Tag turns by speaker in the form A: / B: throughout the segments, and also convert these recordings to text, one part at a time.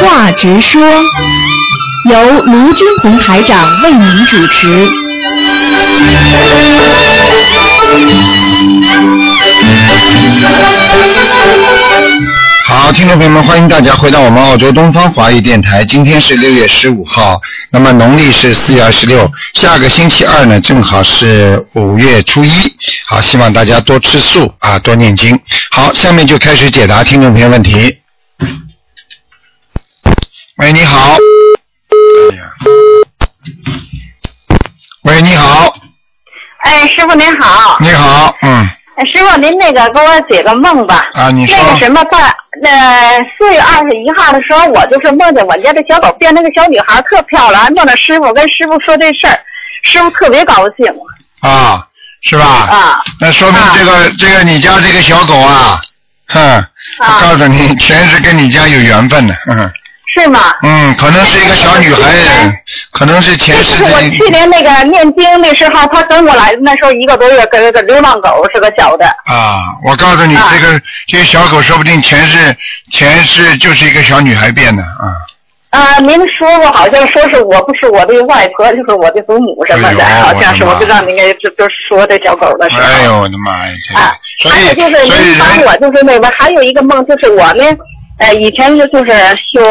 A: 大直说，由卢军红台长为您主持。
B: 好，听众朋友们，欢迎大家回到我们澳洲东方华语电台。今天是六月十五号，那么农历是四月二十六，下个星期二呢，正好是五月初一。好，希望大家多吃素啊，多念经。好，下面就开始解答听众朋友问题。喂，你好。哎呀，喂，你好，
C: 哎，师傅您好，
B: 你好，嗯，
C: 哎师傅您那个给我解个梦吧。
B: 啊，你说
C: 那个什么，在呃四月二十一号的时候，我就是梦见我家的小狗变那个小女孩特漂亮，还梦着师傅跟师傅说这事儿，师傅特别高兴
B: 啊，是吧？
C: 啊
B: 那说明
C: 啊
B: 这个、这个你家这个小狗啊，哼，我告
C: 啊，
B: 诉你，全是跟你家有缘分的，嗯
C: 是吗？
B: 嗯，可能是一个小女孩，可能是前世
C: 就是
B: 的
C: 我
B: 一
C: 去年那哎个念经那时候，他跟我来的那时候一个多月，跟个流浪狗是个小的，
B: 啊，我告诉你，
C: 啊
B: 这个这个小狗说不定前世前世就是一个小女孩变的啊，
C: 啊，您说过好像说是我不是我的外婆，就是我的祖母什么的，
B: 哎呦
C: 好像是，
B: 我的妈
C: 我不知道您给就就说这小狗的时候。
B: 哎呦我的妈呀，这
C: 啊
B: 个，所
C: 还有
B: 以
C: 就是
B: 所以
C: 您帮
B: 人
C: 我就是那边还有一个梦，就是我呢，呃，以前就就是修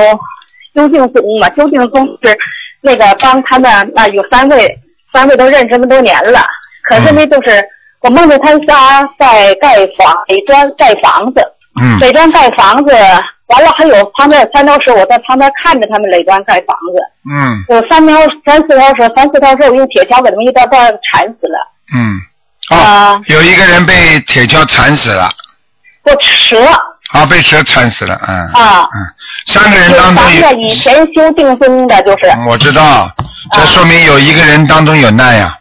C: 修净宗嘛，修净宗是那个帮他们啊、有三位，三位都认识这么多年了，可是
B: 嗯
C: 呢，就是、我梦见他仨在盖房，北砖盖房子，
B: 嗯
C: 北砖盖房子，完了还有旁边有三条蛇，我在旁边看着他们垒砖盖房子，
B: 嗯
C: 有三条三四条蛇，三四条蛇我用铁锹给他们一刀刀缠死了，
B: 嗯，哦，
C: 啊、
B: 有一个人被铁锹缠死了，
C: 我蛇。
B: 啊，被蛇缠死了，嗯
C: 啊
B: 嗯，三个人
C: 有
B: 当中
C: 咱
B: 有
C: 们以前修定宗的，就是
B: 嗯我知
C: 啊
B: 道，这说明有一个人当中有难呀、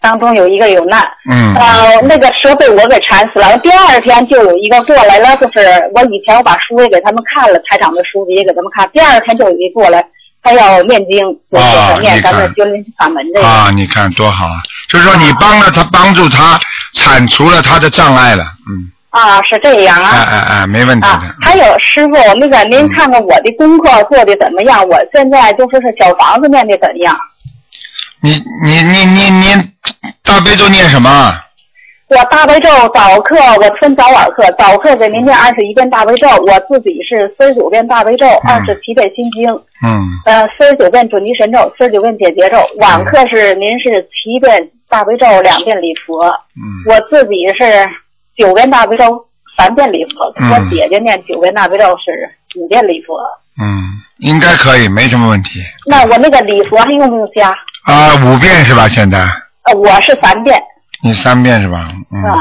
C: 当中有一个有难，
B: 嗯
C: 啊，那个蛇被我给缠死了。第二天就有一个过来了，就是我以前我把书也给他们看了，台长的书也给他们看。第二天就有一个过来，他要念经，就
B: 啊
C: 是念
B: 你看
C: 咱们心灵法门这个。
B: 啊，你看多好啊！就是说你帮了他，帮助他铲除了他的障碍了，嗯，
C: 啊，是这样
B: 哎
C: 啊。
B: 哎哎，没问题
C: 啊
B: 的，，
C: 还有师傅，那个
B: 嗯
C: 您看看我的功课做的怎么样？我现在就说是小房子念的怎样？
B: 你你你你你大悲咒念什么？啊
C: 我大悲咒早课，我分早晚课，早课给您念二十一遍大悲咒，我自己是四十九遍大悲咒，二十七遍心经，
B: 嗯，
C: 呃，四十九遍准提神咒，四十九遍解结咒，晚课是您是七遍大悲咒，两遍礼佛，
B: 嗯
C: 我自己是九遍大悲咒，三遍礼佛，
B: 嗯
C: 我姐姐念九遍大悲咒是五遍礼佛，
B: 嗯，应该可以，没什么问题
C: 那我那个礼佛还用不用加？
B: 啊，五遍是吧？现在
C: 呃，我是三遍
B: 你三遍是吧？嗯
C: 啊，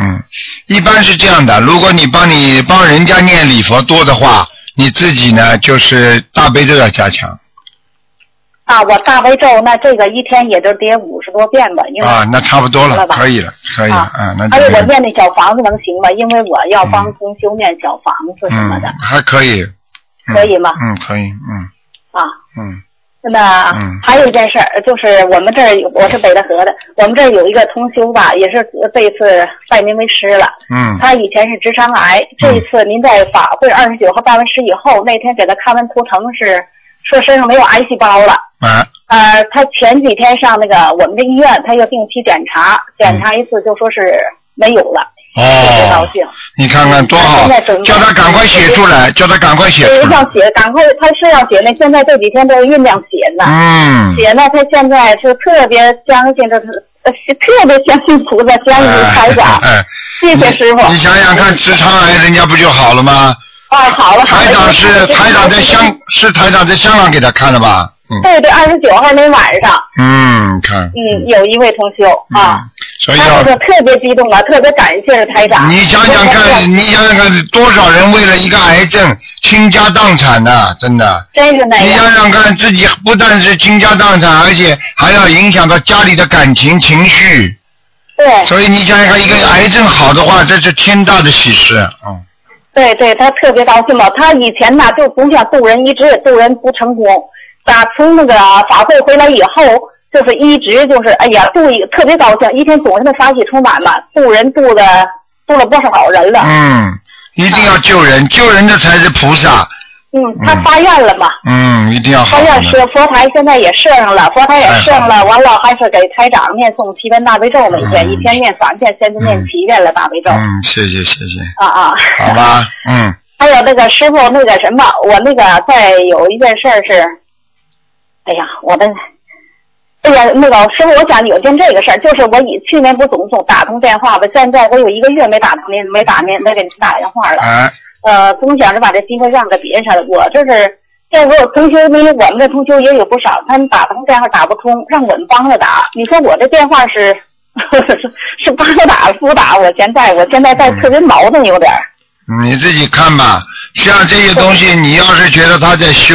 B: 嗯，一般是这样的，如果你帮你帮人家念礼佛多的话，你自己呢就是大悲咒要加强。
C: 啊，我大悲咒那这个一天也就得五十多遍吧，因为。
B: 啊，那差不多了，
C: 了吧
B: 可以了，可以了，
C: 啊
B: 啊，那
C: 还有
B: 就
C: 我
B: 是
C: 念那小房子能行吧？因为我要帮同修念小房子什么
B: 嗯
C: 的、，
B: 还可以，嗯
C: 可以吗
B: 嗯，可以，嗯
C: 啊。
B: 嗯
C: 那、
B: 嗯
C: 还有一件事儿，就是我们这儿有我是北戴河的，我们这儿有一个同修吧，也是这次拜您为师了。
B: 嗯
C: 他以前是直肠癌，这一次您在法会二十九号拜完师以后，那天给他看完图腾是说身上没有癌细胞了。
B: 啊
C: 呃，他前几天上那个我们这医院，他要定期检查，检查一次就说是没有了，特别高
B: 哦，
C: 兴。
B: 你看看多好
C: 现在准，备
B: 叫他赶快写出来，叫他赶快写
C: 对
B: 出来
C: 要，写，赶快，他是要写呢，现在这几天都酝酿写呢。
B: 嗯，
C: 写呢，他现在是特别相信这，呃， 特别相信菩萨，相信台长。
B: 哎，哎
C: 谢谢师傅。
B: 你想想看，直肠癌人家不就好了吗？
C: 啊，好了好了。
B: 台长是
C: 谢谢
B: 台长在香。是台长在香港给他看的吧？嗯
C: 对对，二十九号那晚上，
B: 嗯，看，
C: 嗯，有一位同修
B: 嗯，
C: 啊，
B: 所以
C: 他
B: 要
C: 就是特别激动啊，特别感谢台长。
B: 你想想看，你想想看，多少人为了一个癌症倾家荡产呐、真的。
C: 真是那
B: 你
C: 样
B: 想想看，自己不但是倾家荡产，而且还要影响到家里的感情情绪。
C: 对。
B: 所以你想想看，一个癌症好的话，这是天大的喜事。嗯
C: 对对，他特别高兴嘛。他以前呢就总想渡人，一直也渡人不成功。打从那个法会回来以后，就是一直就是哎呀渡一特别高兴，一天总是发喜充满嘛，渡人渡的渡了不少人了。
B: 嗯嗯，一定要救人，救人的才是菩萨。
D: 嗯，他发愿了嘛，
B: 嗯，一定要
D: 发
B: 好好
D: 愿是
B: 的。
D: 佛台现在也设上了，佛台也设上了，完了还是给台长念诵七遍大悲咒每天，
B: 嗯
D: 一天念三遍，现在念七遍了大悲咒。
B: 嗯，谢谢谢谢，
D: 啊啊，
B: 好吧，嗯
D: 还有那个师傅，那个什么，我那个在有一件事儿是，哎呀，我的，哎呀，那个师傅，我想有件这个事儿，就是我以去年不总总打通电话吧，现在我有一个月没打通您，没打您，没给您打电话了。
B: 哎
D: 呃，总想着把这机会让给别人。我这是这我有同修，因为我们这同修也有不少，他们打通电话打不通，让我们帮着打。你说我这电话是 是是帮着打不打？我现在我现在在特别矛盾，有点儿。
B: 嗯你自己看吧。像这些东西，你要是觉得他在修，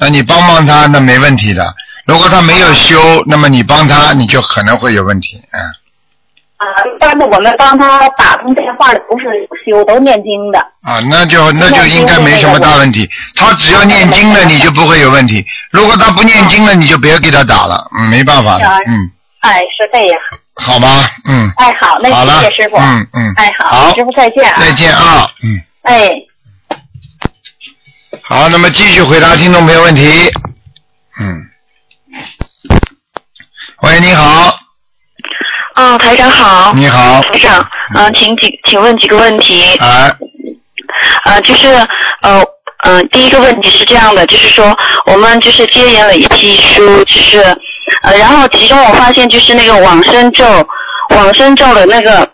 B: 那你帮帮他，那没问题的。如果他没有修，那么你帮他，你就可能会有问题。嗯，
D: 啊，一般的我们帮他打通电话的不是修，都念经的。
B: 啊，那就那就应该没什么大问题。他只要念经了，你就不会有问题。如果他不念经了，你就别给他打了，嗯，没办法的，嗯，
D: 哎，是这样。
B: 好吧，嗯，
D: 哎，好，那
B: 好了
D: 谢谢师傅。
B: 嗯嗯
D: 哎，
B: 好
D: 师傅再见啊。
B: 再。见啊，嗯，
D: 哎。
B: 好，那么继续回答听众朋友问题，嗯，喂，你好，
C: 嗯，台长好。
B: 你好，
C: 台长，嗯、请几，请问几个问题。
B: 哎，
C: 呃，就是呃呃，第一个问题是这样的，就是说我们就是接研了一批书，就是呃，然后其中我发现就是那个往生咒，往生咒的那个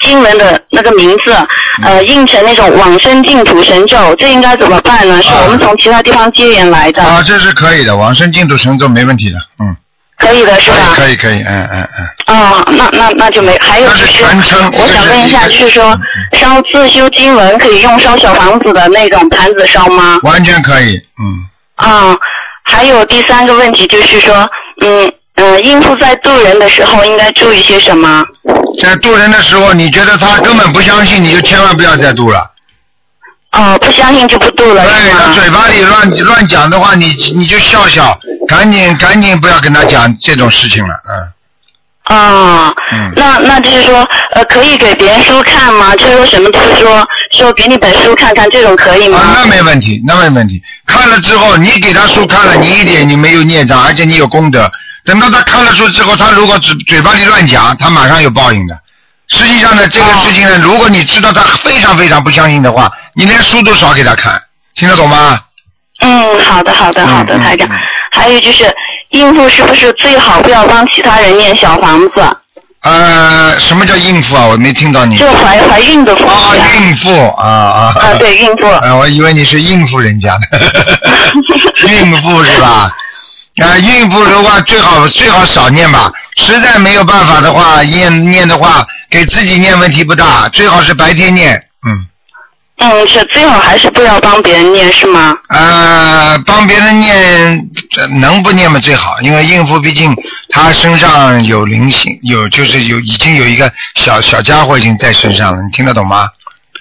C: 经文的那个名字，呃，印成那种往生净土神咒，这应该怎么办呢？是我们从其他地方接研来的，
B: 啊，这是可以的，往生净土神咒没问题的，嗯，
C: 可以的是
B: 可以
C: 吧？
B: 可以可以，嗯嗯嗯，
C: 哦，那那那就没，还有
B: 那
C: 就是是，
B: 全称
C: 我想问一下，
B: 这
C: 就是是说烧自修经文可以用烧小房子的那种盘子烧吗？
B: 完全可以，嗯，
C: 嗯，还有第三个问题就是说，嗯嗯、呃，孕妇在渡人的时候应该注意些什么？
B: 在渡人的时候，你觉得他根本不相信，你就千万不要再渡了。
C: 哦，不相信就不渡了
B: 对
C: 是
B: 他
C: 吗？
B: 嘴巴里乱乱讲的话，你你就笑笑，赶紧赶紧不要跟他讲这种事情了，
C: 哦，
B: 嗯嗯，
C: 那那就是说，呃，可以给别人书看吗？就是说什么，就是说说给你本书看看，这种可以吗？
B: 啊，那没问题，那没问题。看了之后，你给他书看了，你一点你没有孽障，而且你有功德。等到他看了书之后，他如果嘴嘴巴里乱讲，他马上有报应的。实际上呢，这个
C: 哦
B: 事情呢，如果你知道他非常非常不相信的话，你连书都少给他看，听得懂吗？
C: 嗯，好的，好的，好的，
B: 嗯嗯
C: 台长
B: 嗯。
C: 还有就是，孕妇是不是最好不要帮其他人念小房子？
B: 呃，什么叫应付啊？我没听到你。
C: 就怀怀孕的妇
B: 啊，
C: 女啊。
B: 应付啊啊！
C: 啊，对，孕 妇。
B: 啊，我以为你是应付人 家的，孕妇是吧？啊，孕妇的话最好最好少念吧，实在没有办法的话，念念的话，给自己念问题不大，最好是白天念，嗯，
C: 嗯，是最好还是不要帮别人念是吗？
B: 呃，帮别人念这能不念嘛最好，因为孕妇毕竟她身上有灵性，有就是有已经有一个小小家伙已经在身上了，你听得懂吗？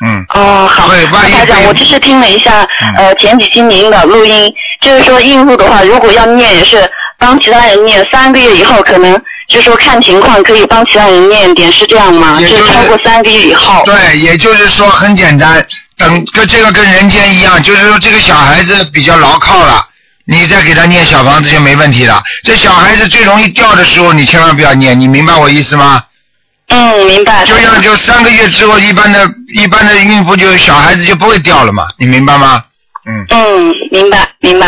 B: 嗯，
C: 哦，好，
B: 对万一
C: 台长，
B: 被
C: 我就是听了一下
B: 嗯，
C: 呃，前几期您的录音，就是说孕妇的话，如果要念也是帮其他人念，三个月以后可能就是说看情况可以帮其他人念一点，是这样吗？
B: 也
C: 就
B: 就是
C: 超过三个月以后。
B: 对，也就是说很简单，等跟这个跟人间一样，就是说这个小孩子比较牢靠了，你再给他念小房子就没问题了。这小孩子最容易掉的时候，你千万不要念，你明白我意思吗？
C: 嗯，明白。
B: 就像就三个月之后，一般的一般的孕妇就小孩子就不会掉了嘛，你明白吗？嗯，
C: 嗯，明白明白。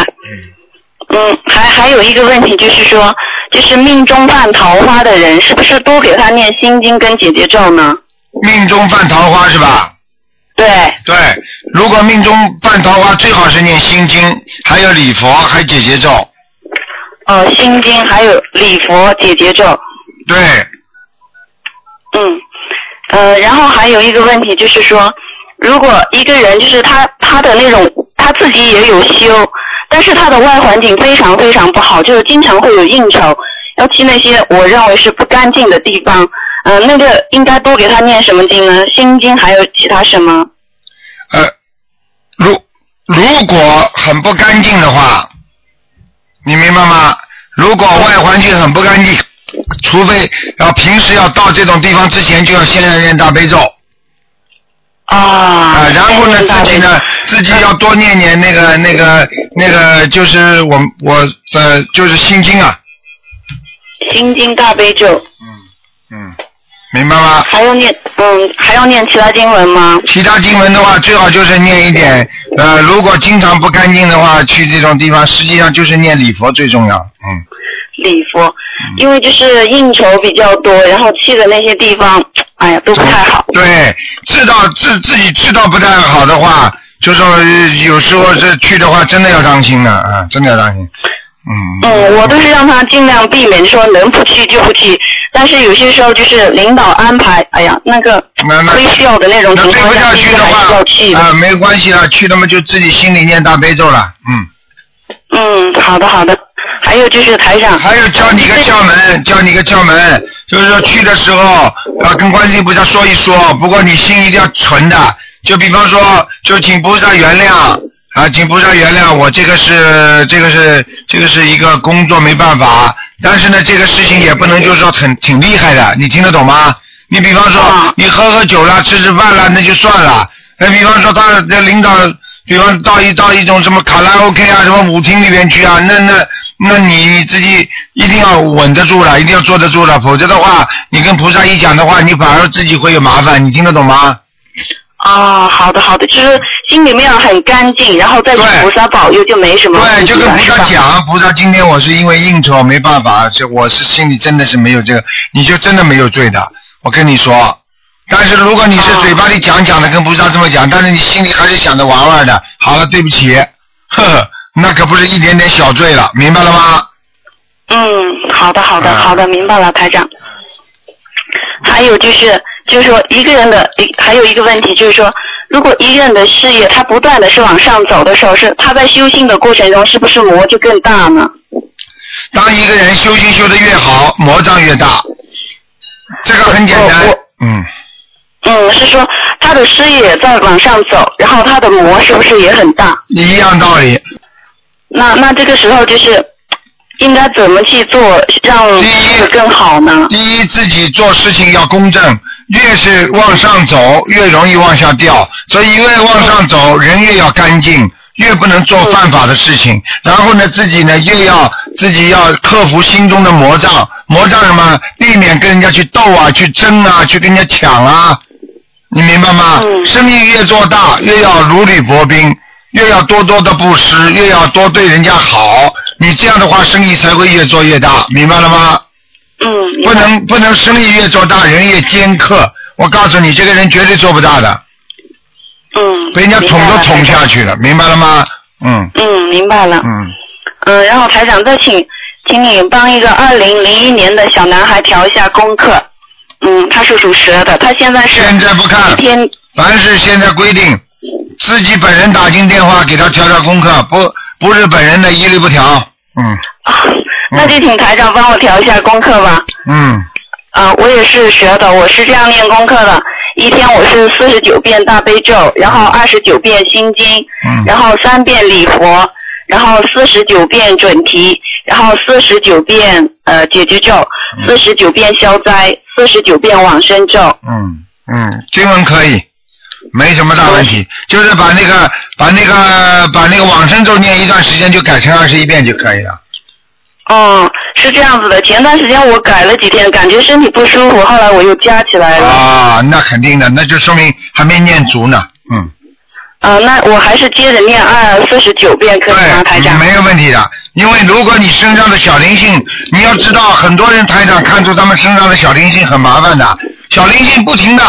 C: 嗯，还还有一个问题就是说，就是命中犯桃花的人，是不是多给他念心经跟姐姐咒呢？
B: 命中犯桃花是吧？
C: 对，
B: 对，如果命中犯桃花，最好是念心经，还有礼佛，还解结咒。
C: 呃，心经还有礼佛姐姐咒。
B: 对，
C: 嗯，呃，然后还有一个问题就是说，如果一个人就是他他的那种他自己也有修，但是他的外环境非常非常不好，就是经常会有应酬，尤其那些我认为是不干净的地方，嗯、那个应该多给他念什么经呢？心经还有其他什么？
B: 呃，如如果很不干净的话，你明白吗？如果外环境很不干净，呃除非要平时要到这种地方之前就要先要念大悲咒，
C: 啊
B: 啊，然后呢，
C: 哎
B: 自己呢，自己要多念念那个、那个、那个，就是我我呃，就是心经啊，
C: 心经大悲咒，
B: 嗯，明白吗？
C: 还要念嗯，还要念其他经文吗？
B: 其他经文的话，最好就是念一点，呃，如果经常不干净的话，去这种地方，实际上就是念礼佛最重要，嗯，
C: 礼佛，因为就是应酬比较多，然后去的那些地方，哎呀都不太好。
B: 对，知道自自己知道不太好的话，就说呃有时候这去的话，真的要当心了啊，真的要当心，嗯，
C: 嗯，我都是让他尽量避免说能不去就不去，但是有些时候就是领导安排，哎呀那个
B: 那那
C: 推需要的那种
B: 那
C: 情
B: 对不
C: 况下，
B: 下
C: 必
B: 去
C: 须
B: 的
C: 还是
B: 话
C: 要去，的。
B: 啊、没关系了，去他们就自己心里念大悲咒了，嗯。
C: 嗯，好的好的。还有就是台长，
B: 还有教你个窍门，教你个窍门，就是说去的时候啊，跟观世音菩萨说一说，不过你心一定要纯的，就比方说，就请菩萨原谅啊，请菩萨原谅我这个是这个是这个是一个工作没办法，但是呢，这个事情也不能就是说很挺厉害的，你听得懂吗？你比方说
C: 啊
B: 你喝喝酒啦，吃吃饭啦，那就算了。那比方说他这领导，比方到一到一种什么卡拉 OK 啊，什么舞厅里面去啊，那那那你你自己一定要稳得住了，一定要坐得住了，否则的话，你跟菩萨一讲的话，你反而自己会有麻烦，你听得懂吗？
C: 啊、好的好的，就是心里面很干净，然后再请
B: 对
C: 菩萨保佑就没什么问
B: 对，
C: 题
B: 就跟
C: 了
B: 菩
C: 是
B: 萨
C: 吧
B: 讲，菩萨今天我是因为应酬没办法，这我是心里真的是没有这个，你就真的没有罪的，我跟你说。但是如果你是
C: 哦
B: 嘴巴里讲讲的跟菩萨这么讲，但是你心里还是想着玩玩的，好了，对不起，呵呵，那可不是一点点小罪了，明白了吗？
C: 嗯，好的，好的，
B: 啊
C: 好的，明白了，台长。还有就是，就是说一个人的，一还有一个问题就是说，如果一个人的事业他不断的是往上走的时候，是他在修行的过程中，是不是魔就更大呢？
B: 当一个人修心修得越好，魔障越大，这个很简单
C: 我哦我，
B: 嗯。
C: 嗯，是说他的事业在往上走，然后他的魔是不是也很大？
B: 一样道理，
C: 那那这个时候就是应该怎么去做，让
B: 第一
C: 这个更好呢？
B: 第一，自己做事情要公正，越是往上走，越容易往下掉，所以越往上走，人越要干净，越不能做犯法的事情。然后呢，自己呢越要自己要克服心中的魔障，魔障什么？避免跟人家去斗啊，去争啊，去跟人家抢啊，你明白吗？
C: 嗯
B: 生意越做大，越要如履薄冰，越要多多的布施，越要多对人家好，你这样的话，生意才会越做越大，明白了吗？
C: 嗯，明
B: 不
C: 白
B: 能不能生意越做大，人越尖刻。我告诉你，这个人绝对做不大的，
C: 嗯，
B: 被人家捅都捅下去了，明白了吗？嗯
C: 明白了。台长嗯，明白了。
B: 嗯，
C: 嗯，然后台长再请，请你帮一个二零零一年的小男孩调一下功课。嗯，他是属蛇的，他现在是
B: 现在不看
C: 一，天
B: 凡是现在规定，自己本人打进电话给他调调功课，不不是本人的一律不调。嗯
C: 啊，那就请台长帮我调一下功课吧。
B: 嗯，
C: 啊，我也是蛇的，我是这样念功课的。一天我是四十九遍大悲咒，然后二十九遍心经，
B: 嗯
C: 然后三遍礼佛，然后四十九遍准提，然后四十九遍呃解结咒，四十九遍消灾，四十九遍往生咒。
B: 嗯，嗯，经文可以，没什么大问题，就是把那个把那个把那个往生咒念一段时间就改成二十一遍就可以了。
C: 哦，是这样子的。前段时间我改了几天，感觉身体不舒服，后来我又加起来了。啊、
B: 啊，那肯定的，那就说明还没念足呢。嗯，
C: 呃那我还是接着念二四十九遍，可以吗，台
B: 对，
C: 长？嗯
B: 没有问题的。因为如果你身上的小灵性，你要知道，很多人台长看出他们身上的小灵性很麻烦的，小灵性不停的，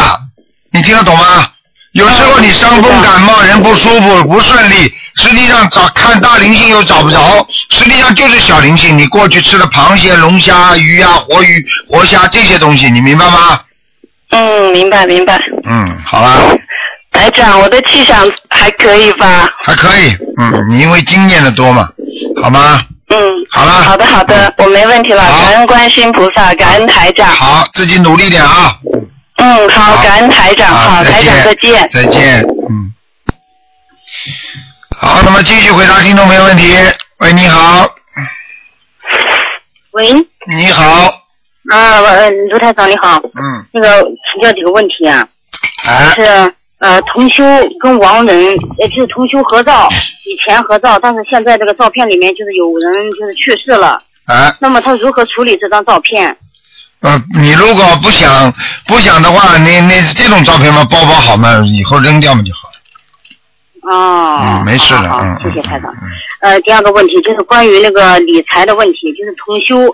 B: 你听得懂吗？有时候你伤风感冒，人不舒服不顺利，实际上找看大灵性又找不着，实际上就是小灵性。你过去吃了螃蟹、龙虾、鱼啊、活鱼、活虾这些东西，你明白吗？
C: 嗯，明白明白。
B: 嗯，好啦，
C: 台长，我的气场还可以吧？
B: 还可以。嗯，你因为经验的多嘛，好吗？
C: 嗯，
B: 好了
C: 好的好的，我没问题了。
B: 啊嗯好
C: 感恩观世音菩萨，感恩台长。
B: 好，自己努力点啊！
C: 嗯，好，
B: 好啊
C: 感恩台长，啊好，
B: 再
C: 台
B: 见
C: 长再见。
B: 再见，嗯。好，那么继续回答听众朋友问题。喂，你好，
E: 喂，
B: 你好，
E: 啊，我呃卢台长你好，
B: 嗯，
E: 那个请教几个问题啊，
B: 哎
E: 是，嗯、
C: 呃，同修跟亡人，也就是同修合照，以前合照，但是现在这个照片里面就是有人就是去世了，
B: 啊，
C: 那么他如何处理这张照片？
B: 呃，你如果不想不想的话，你你这种照片嘛，包包好嘛，以后扔掉嘛就好了。
C: 哦，
B: 嗯，没事的，
C: 好好
B: 嗯
C: 好，谢
B: 嗯
C: 谢台长。
B: 嗯
C: 呃，第二个问题就是关于那个理财的问题，就是同修，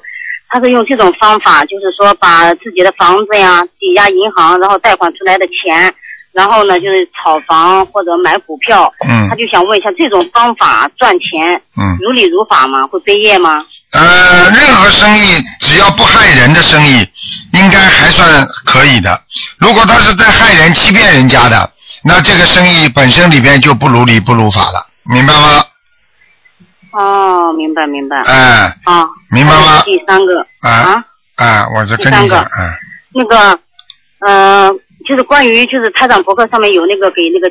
C: 他是用这种方法，就是说把自己的房子呀抵押银行，然后贷款出来的钱，然后呢就是炒房或者买股票。
B: 嗯
C: 他就想问一下，这种方法赚钱
B: 嗯，
C: 如理如法吗？会背业吗？
B: 呃，任何生意只要不害人的生意，应该还算可以的。如果他是在害人、欺骗人家的，那这个生意本身里边就不如理不如法了，明白吗？
C: 哦，明白明白。
B: 哎、
C: 啊，
B: 明白
C: 还
B: 吗
C: 有？第三个
B: 啊
C: 啊，
B: 啊，我是跟
C: 第
B: 你讲，
C: 三个
B: 啊，
C: 那个，呃，就是关于就是台长博客上面有那个给那个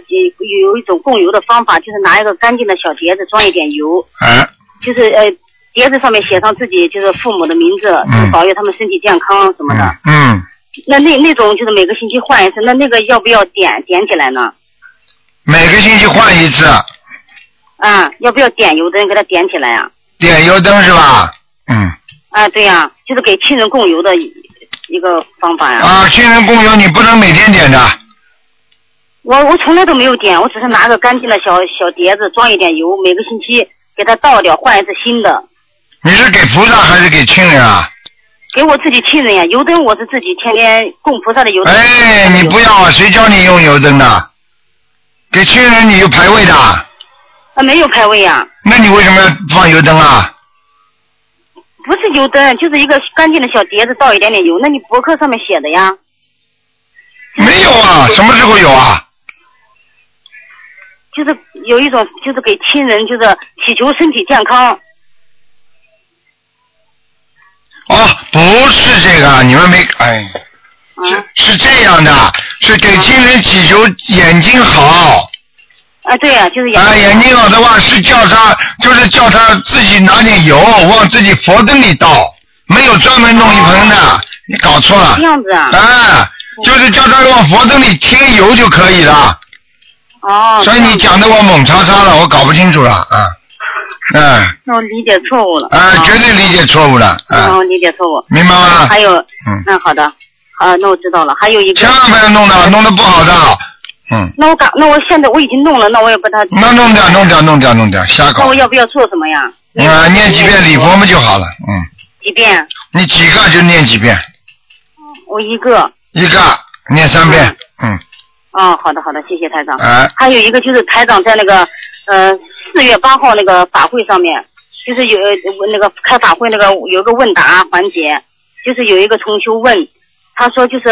C: 有一种供油的方法，就是拿一个干净的小碟子装一点油，
B: 啊，
C: 就是呃碟子上面写上自己就是父母的名字，就是保佑他们身体健康什么的。
B: 嗯嗯，
C: 那那那种就是每个星期换一次，那那个要不要点点起来呢？
B: 每个星期换一次，
C: 啊，要不要点油灯给它点起来啊？
B: 点油灯是吧？嗯，
C: 啊，对呀、就是给亲人供油的一一个方法呀、
B: 啊，亲人供油你不能每天点的，
C: 我我从来都没有点，我只是拿个干净的小小碟子装一点油，每个星期给它倒掉，换一次新的。
B: 你是给菩萨还是给亲人啊？
C: 给我自己亲人呀，油灯我是自己天天供菩萨的油灯。
B: 哎，你不要啊！谁教你用油灯的？给亲人你有排位的，
C: 啊，没有排位呀，
B: 那你为什么要放油灯啊？
C: 不是油灯，就是一个干净的小碟子倒一点点油。那你博客上面写的呀？
B: 没有啊，什么时候有啊？
C: 就是有一种，就是给亲人，就是祈求身体健康。啊
B: 哦，不是这个，你们没哎，
C: 啊
B: 是是这样的，是给亲人祈求眼睛好
C: 啊，对呀、就是眼
B: 啊，眼睛好的话是叫他，就是叫他自己拿点油往自己佛灯里倒，没有专门弄一盆的，你搞错了
C: 这样子啊。
B: 啊，就是叫他往佛灯里贴油就可以了。
C: 哦。
B: 啊所以你讲的我猛叉叉了，我搞不清楚了啊，嗯、啊，
C: 那我理解错误了。
B: 啊，绝对理解错误了，
C: 那
B: 啊，
C: 我哦理解错误。
B: 明白吗
C: 哦还？有，
B: 嗯
C: 那好的，啊，那我知道了。还有一个
B: 千，万不要弄的，弄的不好的，嗯，
C: 那我敢，那我现在我已经弄了，那我也把它，
B: 那弄掉，弄掉，弄掉，弄掉，瞎
C: 那
B: 搞
C: 我，哦要不要做什么呀？
B: 啊，念几遍礼佛嘛就好了，嗯，
C: 几遍？
B: 你几个就念几遍，
C: 我一个。
B: 一个念三遍，嗯，
C: 哦，好的好的，谢谢台长。
B: 啊，
C: 还有一个就是台长在那个呃四月八号那个法会上面，就是有呃那个开法会那个有一个问答环节，就是有一个同修问，他说就是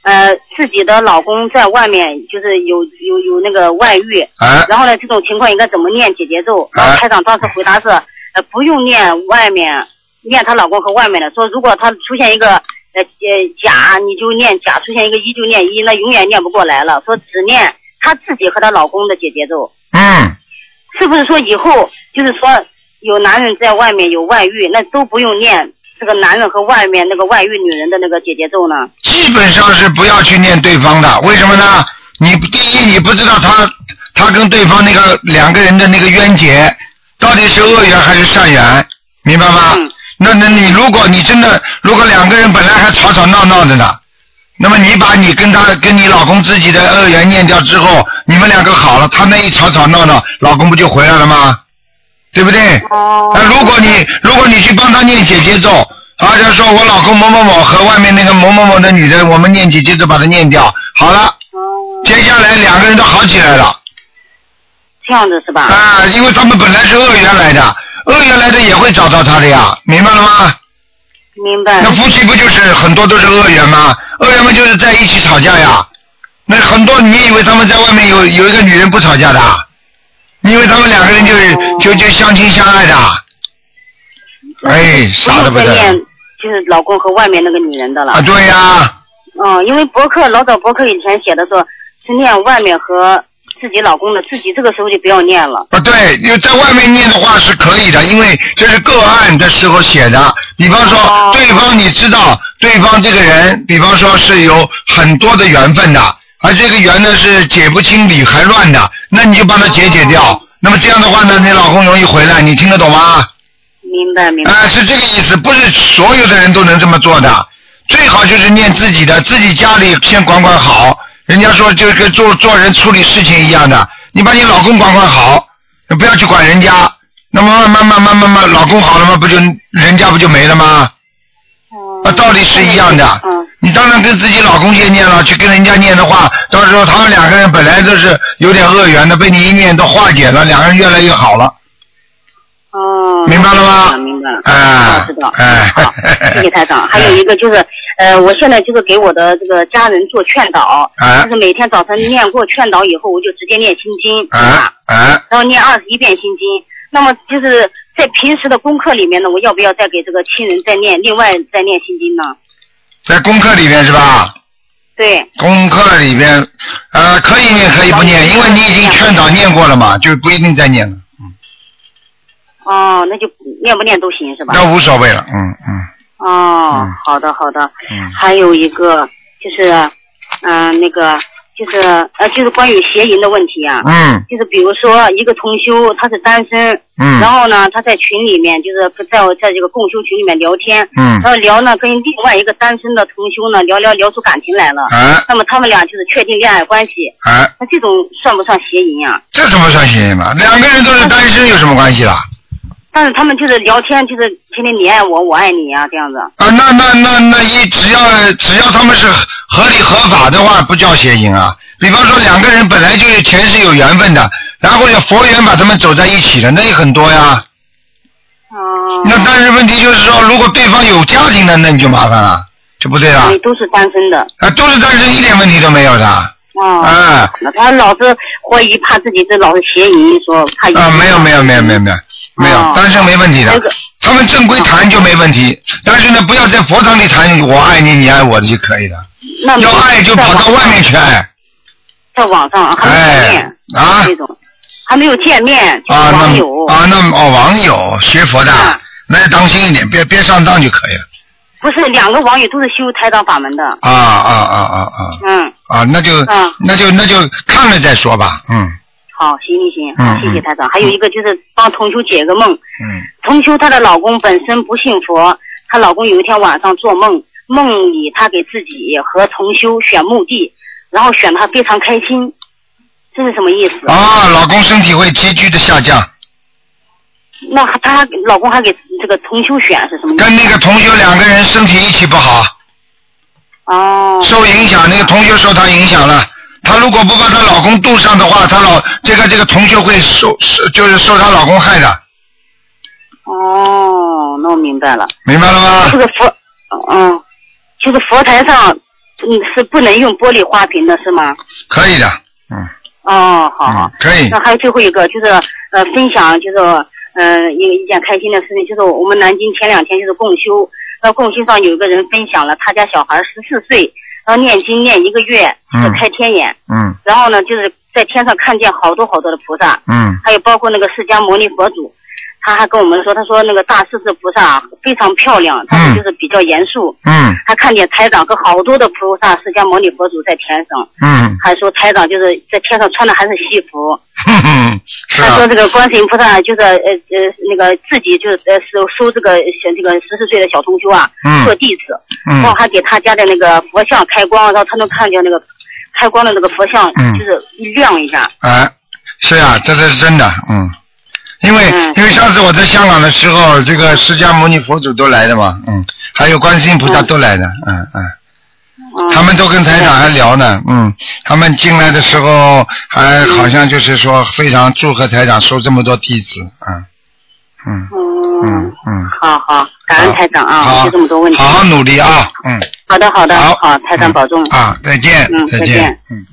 C: 呃自己的老公在外面就是有有有那个外遇，
B: 啊，
C: 然后呢这种情况应该怎么念姐姐咒？然后台长当时回答是呃不用念外面念她老公和外面的，说如果她出现一个。呃呃甲你就念甲，出现一个一就念一，那永远念不过来了。说只念她自己和她老公的姐姐咒，
B: 嗯，
C: 是不是说以后就是说有男人在外面有外遇，那都不用念这个男人和外面那个外遇女人的那个姐姐咒呢？
B: 基本上是不要去念对方的，为什么呢？你第一你不知道他他跟对方那个两个人的那个冤结到底是恶缘还是善缘，明白吗？
C: 嗯
B: 那那你如果你真的如果两个人本来还吵吵闹闹的呢，那么你把你跟他跟你老公自己的恶缘念掉之后，你们两个好了，他那一吵吵闹闹，老公不就回来了吗？对不对？
C: 哦
B: 那如果你如果你去帮他念姐姐咒，而且说我老公某某某和外面那个某某某的女人，我们念姐姐咒把它念掉，好了，接下来两个人都好起来了
C: 这样子是吧？
B: 啊，因为他们本来是恶缘来的，恶缘来的也会找到他的呀，明白了吗？
C: 明白
B: 那。夫妻不就是很多都是恶缘吗？恶缘们就是在一起吵架呀。那很多你以为他们在外面有有一个女人不吵架的啊，你以为他们两个人就是就就相亲相爱的啊？哎，傻的不
C: 不用
B: 得
C: 再
B: 了
C: 念就是老公和外面那个女人的了。
B: 啊！对呀、
C: 嗯，因为博客老早博客以前写的说是念外面和自己老公的，自己这个时候就不要念了。
B: 啊，对，因为在外面念的话是可以的，因为这是个案的时候写的。比方说
C: 哦，
B: 对方你知道，对方这个人，比方说是有很多的缘分的而这个缘呢是解不清理还乱的，那你就帮他解解
C: 哦
B: 掉。那么这样的话呢，你老公容易回来，你听得懂吗？
C: 明白明白
B: 啊、。是这个意思，不是所有的人都能这么做的。最好就是念自己的，自己家里先管管好。人家说就跟做做人处理事情一样的，你把你老公管管好，不要去管人家。那么慢慢慢慢慢慢，老公好了吗？不就人家不就没了吗？啊，道理是一样的。
C: 嗯
B: 你当然跟自己老公先念了，去跟人家念的话，到时候他们两个人本来都是有点恶缘的，被你一念都化解了，两个人越来越好了。
C: 哦，
B: 明白了吗
C: 明白了，嗯
B: 哎
C: 知道，知道。
B: 哎
C: 好， 谢谢台长。还有一个就是，呃，我现在就是给我的这个家人做劝导，
B: 哎
C: 就是每天早晨念过劝导以后，我就直接念心经，
B: 啊啊！
C: 然后念二十一遍心经。那么就是在平时的功课里面呢，我要不要再给这个亲人再念，另外再念心经呢？
B: 在功课里边是吧？
C: 对，
B: 功课里边，呃，可以念可以不念，因为你已经劝导念过了嘛，就不一定再念了，
C: 哦，那就念不念都行是吧？
B: 那无所谓了，嗯嗯
C: 哦
B: 嗯，
C: 好的好的。
B: 嗯，
C: 还有一个就是，嗯、那个就是呃，就是关于邪淫的问题啊。
B: 嗯
C: 就是比如说一个同修，他是单身，
B: 嗯
C: 然后呢，他在群里面，就是在我在这个共修群里面聊天，
B: 嗯
C: 然，后聊呢跟另外一个单身的同修呢聊聊聊出感情来了，
B: 哎
C: 那么他们俩就是确定恋爱关系，
B: 哎，
C: 那这种算不算邪淫啊？
B: 这怎么算吸引嘛？两个人都
C: 嗯
B: 是单身有什么关系啦？
C: 但是他们就是聊天，就是天天你爱我，我爱你啊，这样子。
B: 啊，那那那那一只要只要他们是合理合法的话，不叫邪淫啊。比方说两个人本来就是前世有缘分的，然后有佛缘把他们走在一起的，那也很多呀。
C: 哦、
B: 那啊但是问题就是说，如果对方有家庭的，那你就麻烦了，就不对了。
C: 对，都是单身的。
B: 啊，都是单身，一点问题都没有的。
C: 哦，
B: 啊
C: 那他老是怀疑，怕自己这老是邪淫，说怕
B: 啊，没有没有没有没有没有没有
C: 哦，
B: 单身没问题
C: 那
B: 的
C: 个。
B: 他们正规谈就没问题，但是呢，不要在佛堂里谈我爱你，你爱我的就可以了。
C: 那
B: 要爱就跑到外面去爱。
C: 在网上还没见面、
B: 哎啊
C: 这种，还没有见面，就是
B: 啊，
C: 网
B: 那
C: 友、
B: 啊，那哦，网友学佛的
C: 啊，
B: 那要当心一点，别别上当就可以了。
C: 不是两个网友都是修台长法门的，
B: 啊啊啊啊
C: 嗯，
B: 啊啊，那就
C: 啊
B: 那就那就看了再说吧。嗯
C: 好，行行行，
B: 嗯
C: 谢谢
B: 嗯
C: 台长。还有一个就是帮同修解个梦，
B: 嗯
C: 同修她的老公本身不信佛，她老公有一天晚上做梦，梦里她给自己和同修选墓地，然后选的她非常开心，这是什么意思？
B: 啊，老公身体会急剧的下降，
C: 那她还老公还给这个同修选是什么意思？
B: 跟那个同学两个人身体一起不好。
C: 哦，
B: 受影响，那个同学受她影响了。她如果不把她老公度上的话，她老这个这个同学会受受就是受她老公害的，
C: 哦，那我明白了。
B: 明白了
C: 这
B: 吗？
C: 个佛，嗯，就是佛台上，嗯，是不能用玻璃花瓶的，是吗？
B: 可以的，嗯，
C: 哦，好好
B: 嗯。可以
C: 那，还有最后一个就是呃，分享就是呃一个一件开心的事情，就是我们南京前两天就是共修，那共修上有一个人分享了他家小孩十四岁，然后念经念一个月，就是开天眼，
B: 嗯
C: 然后呢就是在天上看见好多好多的菩萨，
B: 嗯
C: 还有包括那个释迦牟尼佛祖，他还跟我们说，他说那个大势至菩萨非常漂亮，他
B: 嗯
C: 们就是比较严肃，
B: 嗯
C: 他看见台长和好多的菩萨释迦牟尼佛祖在天上，
B: 嗯，
C: 还说台长就是在天上穿的还是西服，
B: 哼哼，是
C: 他
B: 啊
C: 说，这个观世音菩萨就是呃呃那个自己就是呃收收这个小这个十四岁的小同修啊
B: 嗯
C: 做弟子，然后
B: 嗯
C: 还给他家的那个佛像开光，然后他能看见那个开光的那个佛像
B: 嗯
C: 就是亮一下，
B: 哎，是啊，这是真的，嗯，因为
C: 嗯
B: 因为上次我在香港的时候，这个释迦牟尼佛祖都来的嘛，嗯，还有观世音菩萨
C: 嗯
B: 都来的，嗯嗯。
C: 嗯，
B: 他们都跟台长还聊呢，嗯，他们进来的时候还
C: 嗯
B: 好像就是说非常祝贺台长收这么多弟子，嗯，嗯
C: 嗯
B: 嗯。嗯，
C: 好好，感恩台长啊，
B: 好
C: 就这么多问题。
B: 好好努力啊，嗯，
C: 好的，好的，
B: 好
C: 好，台长保重。
B: 啊，再见，
C: 嗯
B: 再
C: 再见，
B: 嗯。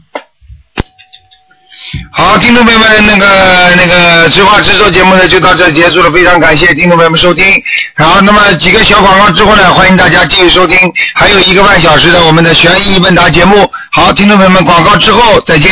B: 好，听众朋友们，那个那个直话直说节目呢就到这儿结束了，非常感谢听众朋友们收听。然后，那么几个小广告之后呢，欢迎大家继续收听，还有一个半小时的我们的悬疑问答节目。好，听众朋友们，广告之后再见。